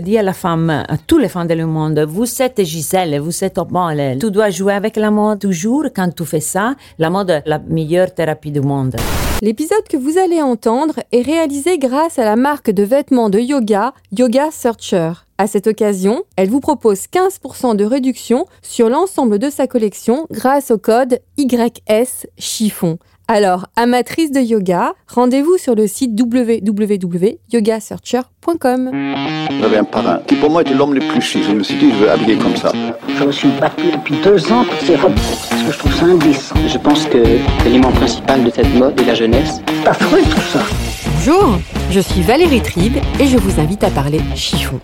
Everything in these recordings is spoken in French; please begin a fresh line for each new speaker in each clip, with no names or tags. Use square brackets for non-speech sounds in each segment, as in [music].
dis à la femme, à tous les femmes du monde, vous êtes Gisèle, vous êtes bonne. Tu dois jouer avec la mode toujours. Quand tu fais ça, la mode est la meilleure thérapie du monde.
L'épisode que vous allez entendre est réalisé grâce à la marque de vêtements de yoga Yoga Searcher. À cette occasion, elle vous propose 15% de réduction sur l'ensemble de sa collection grâce au code YS chiffon. Alors, amatrice de yoga, rendez-vous sur le site www.yogasearcher.com.
J'avais un parrain qui pour moi était l'homme le plus chic. Je me suis dit, je veux habiller comme ça.
Je me suis battue depuis deux ans pour ces robes courtes, parce que je trouve ça indécent.
Je pense que l'élément principal de cette mode est la jeunesse.
C'est affreux tout ça.
Bonjour, je suis Valérie Tribe et je vous invite à parler chiffon.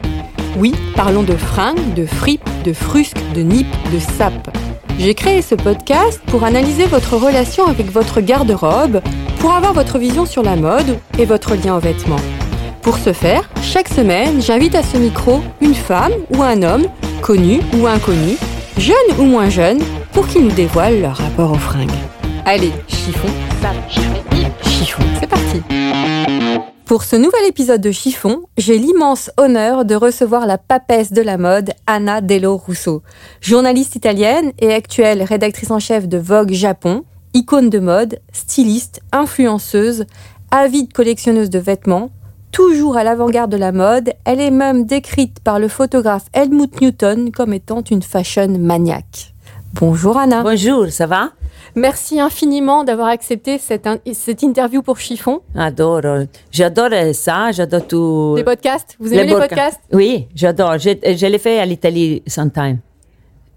Oui, parlons de fringues, de fripes, de frusques, de nippes, de sapes. J'ai créé ce podcast pour analyser votre relation avec votre garde-robe, pour avoir votre vision sur la mode et votre lien aux vêtements. Pour ce faire, chaque semaine, j'invite à ce micro une femme ou un homme, connu ou inconnu, jeune ou moins jeune, pour qu'ils nous dévoilent leur rapport aux fringues. Allez, chiffon, chiffon, c'est parti pour ce nouvel épisode de Chiffon, j'ai l'immense honneur de recevoir la papesse de la mode, Anna Dello Rousseau. Journaliste italienne et actuelle rédactrice en chef de Vogue Japon, icône de mode, styliste, influenceuse, avide collectionneuse de vêtements, toujours à l'avant-garde de la mode, elle est même décrite par le photographe Helmut Newton comme étant une fashion maniaque. Bonjour Anna.
Ah, Bonjour, ça va?
Merci infiniment d'avoir accepté cette, in- cette interview pour Chiffon.
Adore. J'adore ça, j'adore tout.
Les podcasts Vous aimez les,
podca-
podcasts
Oui, j'adore. Je, je l'ai fait à l'Italie sometime.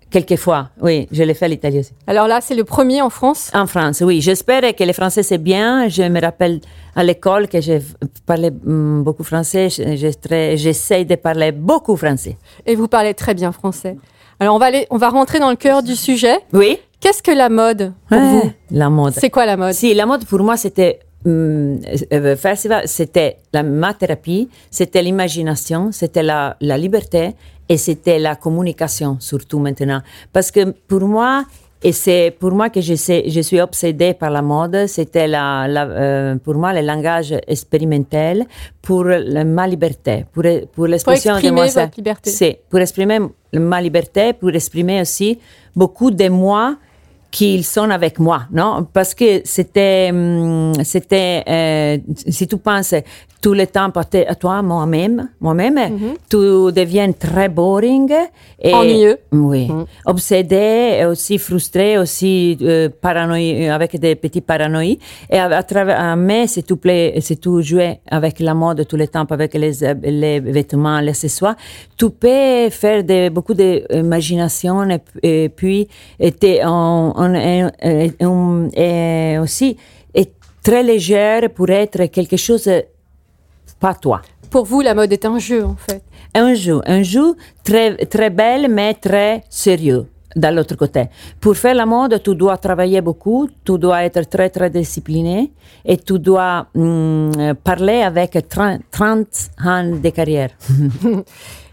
Quelquefois, oui, je l'ai fait à l'Italie aussi.
Alors là, c'est le premier en France.
En France, oui. J'espère que le français c'est bien. Je me rappelle à l'école que j'ai parlé hum, beaucoup français. Je- je tra- J'essaie de parler beaucoup français.
Et vous parlez très bien français. Alors on va, aller, on va rentrer dans le cœur du sujet.
Oui.
Qu'est-ce que la mode pour
Ouais.
vous
La mode.
C'est quoi la mode
Si, la mode pour moi, c'était. hum, euh, festival, c'était la, ma thérapie, c'était l'imagination, c'était la, la liberté et c'était la communication, surtout maintenant. Parce que pour moi, et c'est pour moi que je, sais, je suis obsédée par la mode, c'était la, la, euh, pour moi le langage expérimental pour le- ma liberté, pour, pour l'expression de
exprimer
moi. ça-
votre liberté.
c'est- liberté, pour exprimer ma liberté, pour exprimer aussi beaucoup de moi qu'ils sont avec moi, non Parce que c'était, hum, c'était, euh, si tu penses tout le temps à te- à toi, moi-même, moi-même, tu deviens très boring, et,
Ennuyeux.
oui, obsédé, et aussi frustré, aussi euh, paranoï- avec des petits paranoïs. Et à, à travers, à mais s'il te plaît, si tu jouais avec la mode tout le temps, avec les, hab- les vêtements, les accessoires, tu peux faire de, beaucoup d'imagination et, p- et puis et t'es en- en- en- et- en- et aussi est très légère pour être quelque chose euh, pas toi.
Pour vous, la mode est un jeu en fait.
Un jeu, un jeu très, très belle, mais très sérieux. De l'autre côté, pour faire la mode, tu dois travailler beaucoup, tu dois être très, très discipliné et tu dois hum, euh, parler avec 30, 30 ans de carrière.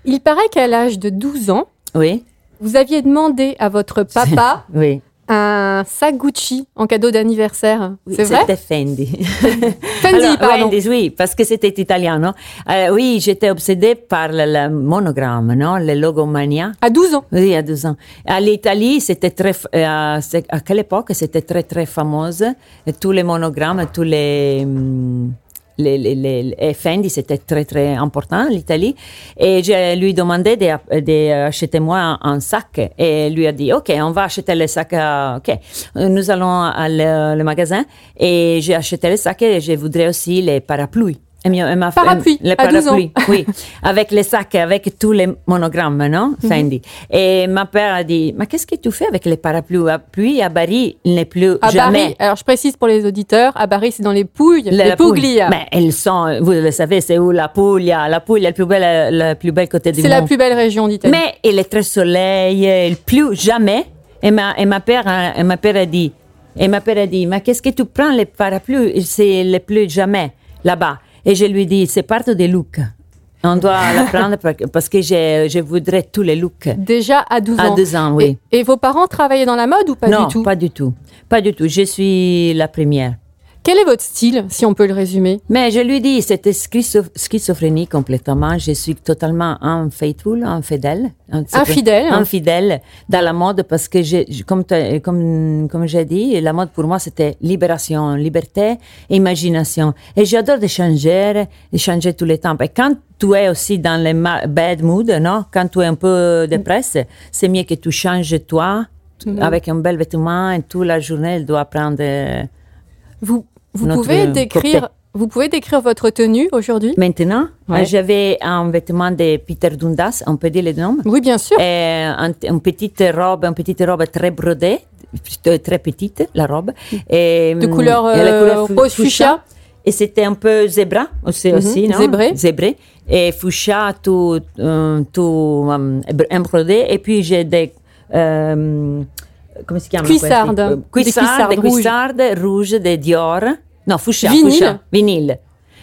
Il paraît qu'à l'âge de 12 ans,
Oui,
vous aviez demandé
[laughs]
à votre papa
oui.
un sac Gucci en cadeau d'anniversaire. C'est vrai
C'était Fendi.
Fendi,
[laughs] Alors,
pardon.
Wendy's, oui, parce que c'était italien, non? Euh, oui, j'étais obsédée par le, le monogramme, non? Le logomania.
À 12 ans.
Oui, à deux ans. À l'Italie, c'était très, f- euh, à, ce- à quelle époque c'était très très fameuse. Et tous les monogrammes, tous les, hum, les, les, les- les Fendi, c'était très très important l'Italie. Et je lui demandais d'acheter moi un, un sac. Et lui a dit, ok, on va acheter le sac. à- Ok, nous allons à le, le magasin. Et j'ai acheté le sac et je voudrais aussi les parapluies. Et mi- et ma-
Parapluie,
les
à 12 ans.
parapluies oui, avec les sacs, avec tous les monogrammes, non,
Mhm.
Sandy Et ma père a dit, mais qu'est-ce que tu fais avec les parapluies À pluie, à Paris, il ne pleut
À Paris.
jamais.
Alors je précise pour les auditeurs, à Paris, c'est dans les Pouilles, les,
La Pouille.
euh, Puglia.
Mais elles sont, vous le savez, c'est où la Puglia La Puglia, le plus bel, le plus bel côté du
C'est la
monde.
plus belle région d'Italie.
Mais il est très soleil, euh, il pleut jamais. Et ma, et ma père, a- et ma père a dit, et ma père a dit, mais qu'est-ce que tu prends les parapluies C'est le plus jamais là-bas. Et je lui dis, c'est part des looks. On
[laughs]
doit la prendre par- parce que je, je voudrais tous les looks.
Déjà à 12
À
ans.
12 ans, oui.
Et, et vos parents travaillaient dans la mode ou pas
non,
du tout
pas du tout, pas du tout. Je suis la première.
Quel est votre style, si on peut le résumer
Mais je lui dis, c'était schizo- schizophrénie complètement. Je suis totalement unfaithful, infidèle. Hein,
Infidèle.
Infidèle dans la mode parce que, j'ai- je- comme, t'as- comme, comme j'ai dit, la mode pour moi c'était libération, liberté, imagination. Et j'adore de changer, de changer tous les temps. Et quand tu es aussi dans le ma- bad mood, non? Quand tu es un peu dépressé, c'est mieux que tu changes toi avec un bel vêtement et toute la journée, elle doit prendre. euh,
Vous, vous
Notre
pouvez
copie.
décrire, vous pouvez décrire votre tenue aujourd'hui
Maintenant,
Ouais.
j'avais un vêtement de Peter Dundas, on peut dire le nom,
Oui, bien sûr.
et un- une petite robe, une petite robe très brodée, plutôt très petite la robe, et
De couleur,
et la
euh,
fu-
rose fuchsia. Mhm.
Et c'était un peu zébra aussi, aussi non
zébré.
Zébré. Et fuchsia, tout, euh, tout euh, embrodé. Et puis j'ai des. euh, comment se chiamano questi?
Cuissardes.
Euh, Cuissardes,
Des
des
cuissardes
cuissardes rouges de Dior. Non, fuchsia.
Vinyle.
fuchsia, vinyle.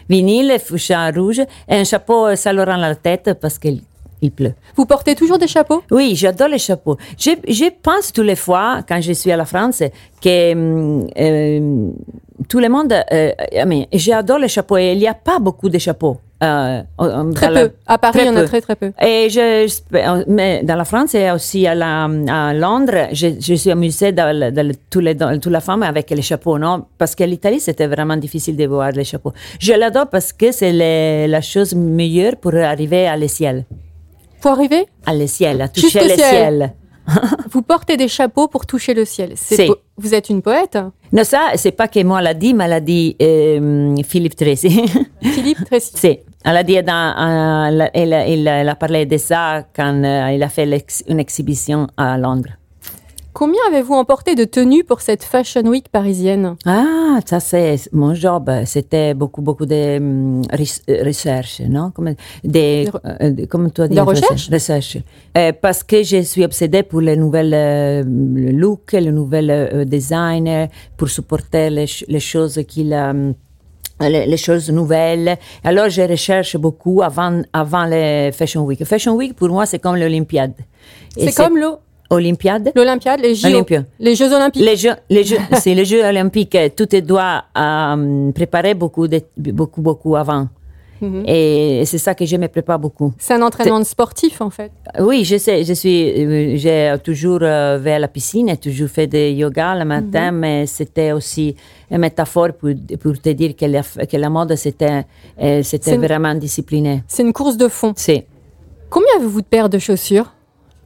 Vinyle, fuchsia rouge. Et un chapeau euh, Saint Laurent à la tête parce qu'il il pleut.
Vous portez toujours des chapeaux
Oui, j'adore les chapeaux. Je, je pense tous les fois, quand je suis à la France, que hum, euh, tout le monde... euh, ah, mais j'adore les chapeaux et il n'y a pas beaucoup de chapeaux. euh, en- en-
Très
dans la-
peu. À Paris,
très
il y en a
peu.
très très peu.
Et je, je- mais dans la France et aussi à, la, à Londres, je, je suis amusée dans, le- dans le- tous les, dans toute la femme avec les chapeaux, non? Parce qu'à l'Italie, c'était vraiment difficile de voir les chapeaux. Je l'adore parce que c'est le- la chose meilleure pour arriver à le ciel.
Pour arriver,
À le ciel, à
Jusqu'au
toucher le
ciel.
ciel.
vous portez des chapeaux pour toucher le ciel. C'est
Si.
po- Vous êtes une poète,
Non, ça, c'est pas que moi l'a dit, mais l'a dit euh, Philippe Tracy. [laughs]
Philippe Tracy.
si. Elle a dit, dans, euh, la- elle, elle- elle a parlé de ça quand euh, il a fait l'ex- une exhibition à Londres.
Combien avez-vous emporté de tenues pour cette Fashion Week parisienne
Ah, ça c'est mon job. C'était beaucoup, beaucoup de hum, ris- euh, recherche, non? Comme, des,
De re-
euh, de- comment tu as dit?
De
en français?
recherche?
Recherche. Euh, parce que je suis obsédée pour les nouvelles euh, le look, les nouvelles euh, design, euh, pour supporter les, ch- les choses qu'il a, hum, les, les choses nouvelles. Alors, je recherche beaucoup avant, avant les Fashion Week. Fashion Week, pour moi, c'est comme l'Olympiade. Et
C'est comme l'o-
Olympiade?
l'Olympiade, les, JO,
Olympia.
les Jeux Olympiques.
Les Jeux, les jeux, [laughs] c'est les Jeux Olympiques. Tout est doit euh, préparer beaucoup, de, beaucoup, beaucoup avant.
Mhm.
Et c'est ça que je me prépare beaucoup.
C'est un entraînement de sportif en fait.
Oui, je sais, je suis, euh, j'ai toujours euh, vers la piscine, toujours fait de yoga le matin,
Mhm.
mais c'était aussi une métaphore pour, pour te dire que la, que la mode, c'était, euh, c'était
C'est une-
vraiment discipliné.
C'est une course de fond.
C'est.
Combien avez-vous de paires de chaussures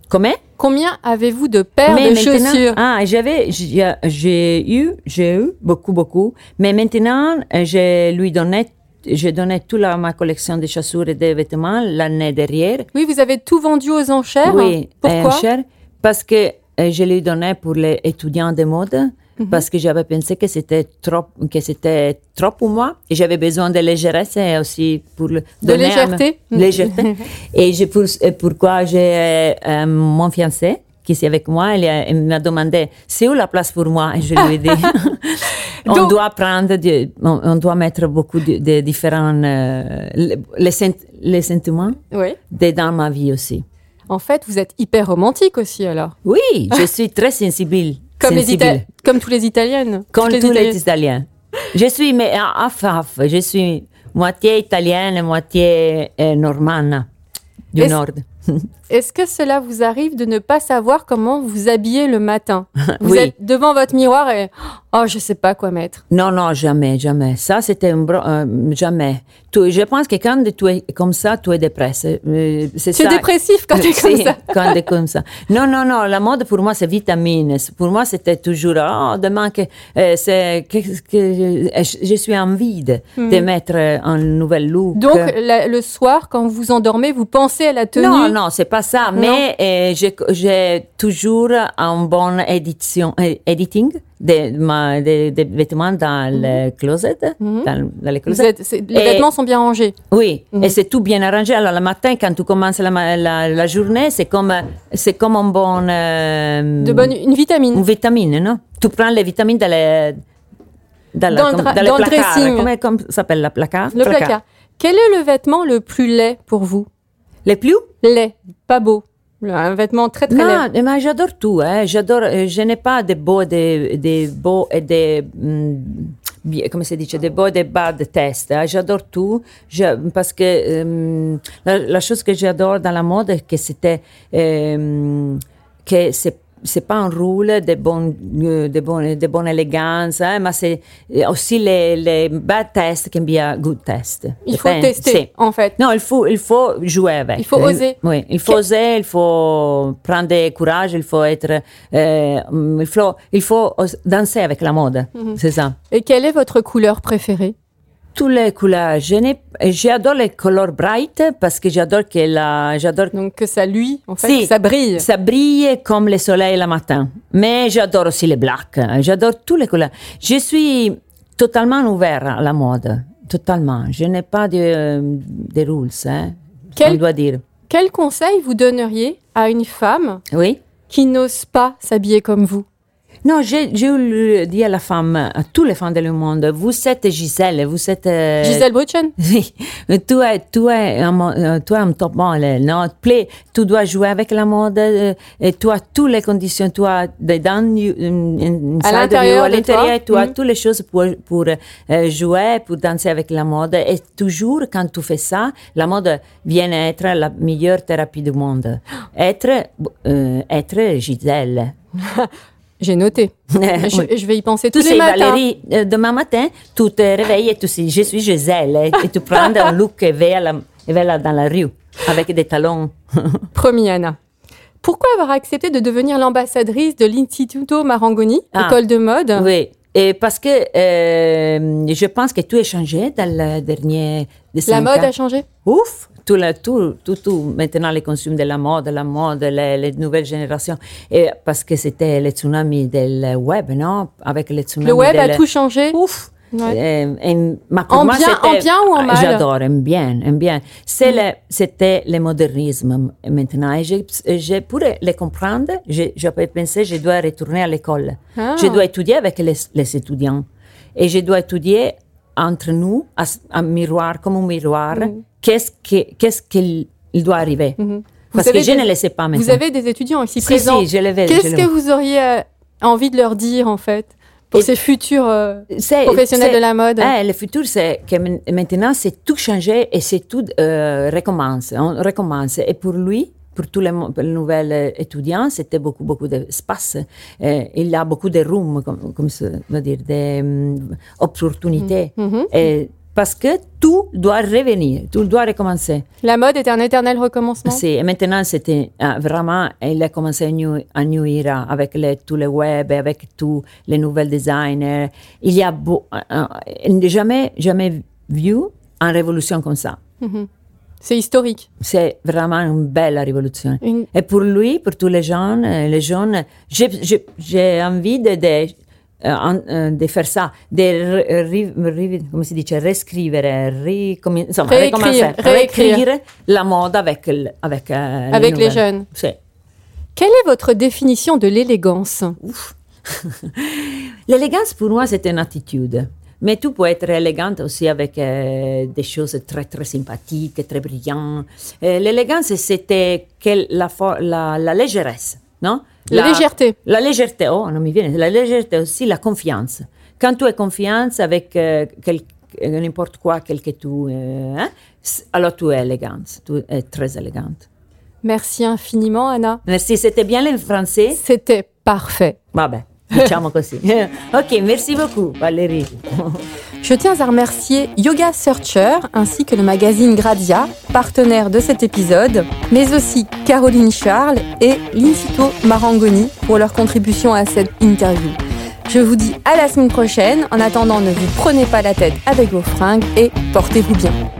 Comment?
Combien avez-vous de paires de
maintenant-
chaussures
Ah, j'avais, j'ai j'ai eu, j'ai eu beaucoup, beaucoup. Mais maintenant, euh, je lui donnais, je donnais toute la- ma collection de chaussures et de vêtements l'année dernière.
Oui, vous avez tout vendu aux enchères.
Oui, euh,
Pourquoi
cher, parce que euh, je lui donnais pour les étudiants de mode.
Mhm.
Parce que j'avais pensé que c'était trop, que c'était trop pour moi. Et j'avais besoin de légèreté et aussi pour le,
De
donner à ma-
légèreté. [laughs]
légèreté. et je, pour- et pourquoi j'ai euh, euh, mon fiancé qui est avec moi, il, a- il m'a demandé c'est où la place pour moi. Et je lui ai
[laughs]
dit [laughs] on
Donc-
doit prendre, du- on, on doit mettre beaucoup de, de différents euh, les, les sent- les sentiments
Oui.
de- dans ma vie aussi.
En fait, vous êtes hyper romantique aussi alors.
Oui, je suis très sensible.
Comme, les
sensible.
Ita- comme tous les Italiennes.
Comme
Toutes
tous les
Italiennes.
Italiens. Je suis mais ah, half half. Je suis moitié italienne, moitié euh, normande du
Est-ce-
nord.
Est-ce que cela vous arrive de ne pas savoir comment vous habiller le matin Vous
[laughs] Oui.
êtes devant votre miroir et oh, je sais pas quoi mettre.
Non, non, jamais, jamais. Ça, c'était un bro- euh, jamais. Tu- je pense que quand tu es comme ça, tu es dépressé. Euh, c'est
C'est
ça.
dépressif
[laughs]
quand t'es comme
Si,
ça.
quand t'es comme ça. Non, non, non, la mode pour moi c'est vitamine. Pour moi c'était toujours, oh, demain que, euh, c'est, qu'est-ce que euh, je, je suis en vide de mettre euh, un nouvel look.
Hmm. Donc la- le soir, quand vous vous endormez, vous pensez à la tenue.
non, non, c'est pas ça,
Non.
mais euh, j'ai, j'ai toujours un bon édition, euh, editing des ma- des- des vêtements dans le closet. Dans, dans le
Hmm. Vous
closet.
êtes- Hmm. c'est- les
Et-
vêtements sont bien rangés.
oui, et c'est tout bien arrangé. Alors, le matin, quand tu commences la, ma- la- la journée, c'est comme, c'est comme un bon. euh,
De bonne, une vitamine.
Une vitamine, non? Tu prends les vitamines dans le, dans,
Dans le dra- dans le
placard.
dressing.
Comment, comment ça s'appelle la placard?
Le placard. Quel est le vêtement le plus laid pour vous
Les plus?
Laid, pas beau. Un vêtement très très laid.
Non, mais eh, j'adore tout. hein. J'adore. euh, Je n'ai pas de beaux, de, de beaux et de mm, bi- come si dice, the good et bad test. Ah, J'adore tout Je- parce que euh, la, la chose que j'adore dans la mode, c'est que c'était euh, que c'est c'est pas un rôle de bonne euh, de bonne de bonne élégance hein, mais c'est euh, aussi les, les bad tests can be a good test
Il faut
Depend-
tester,
sì.
en fait.
Non, il faut, il faut jouer avec.
Il faut oser.
Euh, oui, il faut
Que-
oser, il faut prendre des courage, il faut être, euh, hum, il faut, il faut os- danser avec la mode.
Mhm.
C'est ça.
Et quelle est votre couleur préférée
Tous les couleurs. Je n'ai- J'adore les couleurs bright parce que j'adore que la, j'adore
Donc que ça luit, en fait,
Si.
que ça brille.
Ça brille comme le soleil le matin. Mais j'adore aussi les blacks. J'adore tous les couleurs. Je suis totalement ouverte à la mode. Totalement. Je n'ai pas de, euh, de rules, hein.
Quel-
On doit dire.
Quel conseil vous donneriez à une femme
Oui?
qui n'ose pas s'habiller comme vous
Non, j'ai j'ai eu dit à la femme, à tous les femmes du monde, vous êtes Gisèle, vous êtes... euh,
Gisèle Brutchen
[laughs] Oui, tu es, tu es un, mo- euh, tu es un top model, non? Play, tu dois jouer avec la mode euh, et tu as toutes les conditions, tu as dedans, you- in- in-
À
inside you,
l'intérieur
à
de toi.
l'intérieur, tu as
Mhm.
toutes les choses pour, pour euh, jouer, pour danser avec la mode. Et toujours, quand tu fais ça, la mode vient être la meilleure thérapie du monde. Être, euh, être Gisèle. [laughs]
J'ai noté. je, je vais y penser tous
Tu sais,
les matins.
Valérie, euh, demain matin, tu te réveilles et tu dis Je suis Gisèle. hein. Et, et tu prends un look et vas à la- et vas là dans la rue avec des talons.
Promis, Anna. Pourquoi avoir accepté de devenir l'ambassadrice de l'Instituto Marangoni,
Ah.
école de mode
Oui. Et parce que euh, je pense que tout est changé dans le dernier. des
La
cinq
mode
ans.
a changé
Ouf! Tout, la- tout, tout, tout, maintenant, les consumes de la mode, la mode, les, les nouvelles générations. Et parce que c'était le tsunami du web, non? Avec le tsunami.
Le web
de
a
la-
tout changé
Ouf.
Ouais.
Euh, et ma- pour
En
moi,
bien-
c'était- Ah,
en bien ou en mal Mm.
J'adore, en bien, en bien. C'est le- c'était le modernisme maintenant. Et j'ai- j'ai- pour le comprendre, j'ai j'ai pensé je dois retourner à l'école.
Ah.
Je dois étudier avec les, les étudiants. Et je dois étudier entre nous, à s- un miroir, comme un miroir, qu'est-ce que- qu'est-ce qu'il il doit arriver.
Mm. Mm-hmm. Vous
Parce que
avez
je
des-
ne le sais pas maintenant.
Vous avez des étudiants ici
Si,
présents.
si, je le vais, je
Qu'est-ce
le
que
vais.
vous auriez euh, envie de leur dire, en fait, pour
Et-
ces futurs euh,
C'est-
professionnels
c'est-
de la mode
Ah, le futur, c'est que men- maintenant, c'est tout changé et c'est tout euh, recommence. On recommence. Et pour lui, pour tous les, mo- les nouveaux étudiants, c'était beaucoup, beaucoup d'espace. Euh, il a beaucoup de room, comme, comme ça veut dire, d'opportunités.
Mhm.
parce que tout doit revenir, tout doit recommencer.
La mode est un éternel recommencement
Sì, e maintenant c'était ah, vraiment, il a commencé une new, une new era avec le, tout le web, et avec tous les nouvelles designers. Il y a beau, ah, ah, jamais, jamais vu une révolution comme ça.
C'est historique.
C'est vraiment une belle révolution.
Une-
Et pour lui, pour tous les jeunes, euh, les jeunes, j'ai- j'ai j'ai envie de, de, euh, en- euh, de faire ça, de re- ri- ri- come si dice, rescrivere, ri- come- insomma,
Réécrire,
recommencer,
réécrire.
réécrire la mode avec, l- avec, euh,
Avec les
nouvelles.
jeunes.
C'est-
Quelle est votre définition de l'élégance
L'élégance pour moi, c'est une attitude. Mais tu peux être élégante aussi avec euh, des choses très très sympathiques, très brillantes. Euh, L'élégance, c'était quelle- la, for- la, la légèreté, non?
La légèreté.
La légèreté, oh, non, mi viene. La légèreté aussi, la confiance. Quand tu as confiance avec euh, quel- euh, n'importe quoi, quel que tu, euh, hein, s- alors tu es élégante, tu es très élégante.
Merci infiniment, Anna.
Merci, c'était bien le français.
C'était parfait.
Vabbè, diciamo così. [laughs] ok, merci beaucoup, Valérie.
Je tiens à remercier Yoga Searcher ainsi que le magazine Gradia, partenaire de cet épisode, mais aussi Caroline Charles et Lincito Marangoni pour leur contribution à cette interview. Je vous dis à la semaine prochaine. En attendant, ne vous prenez pas la tête avec vos fringues et portez-vous bien.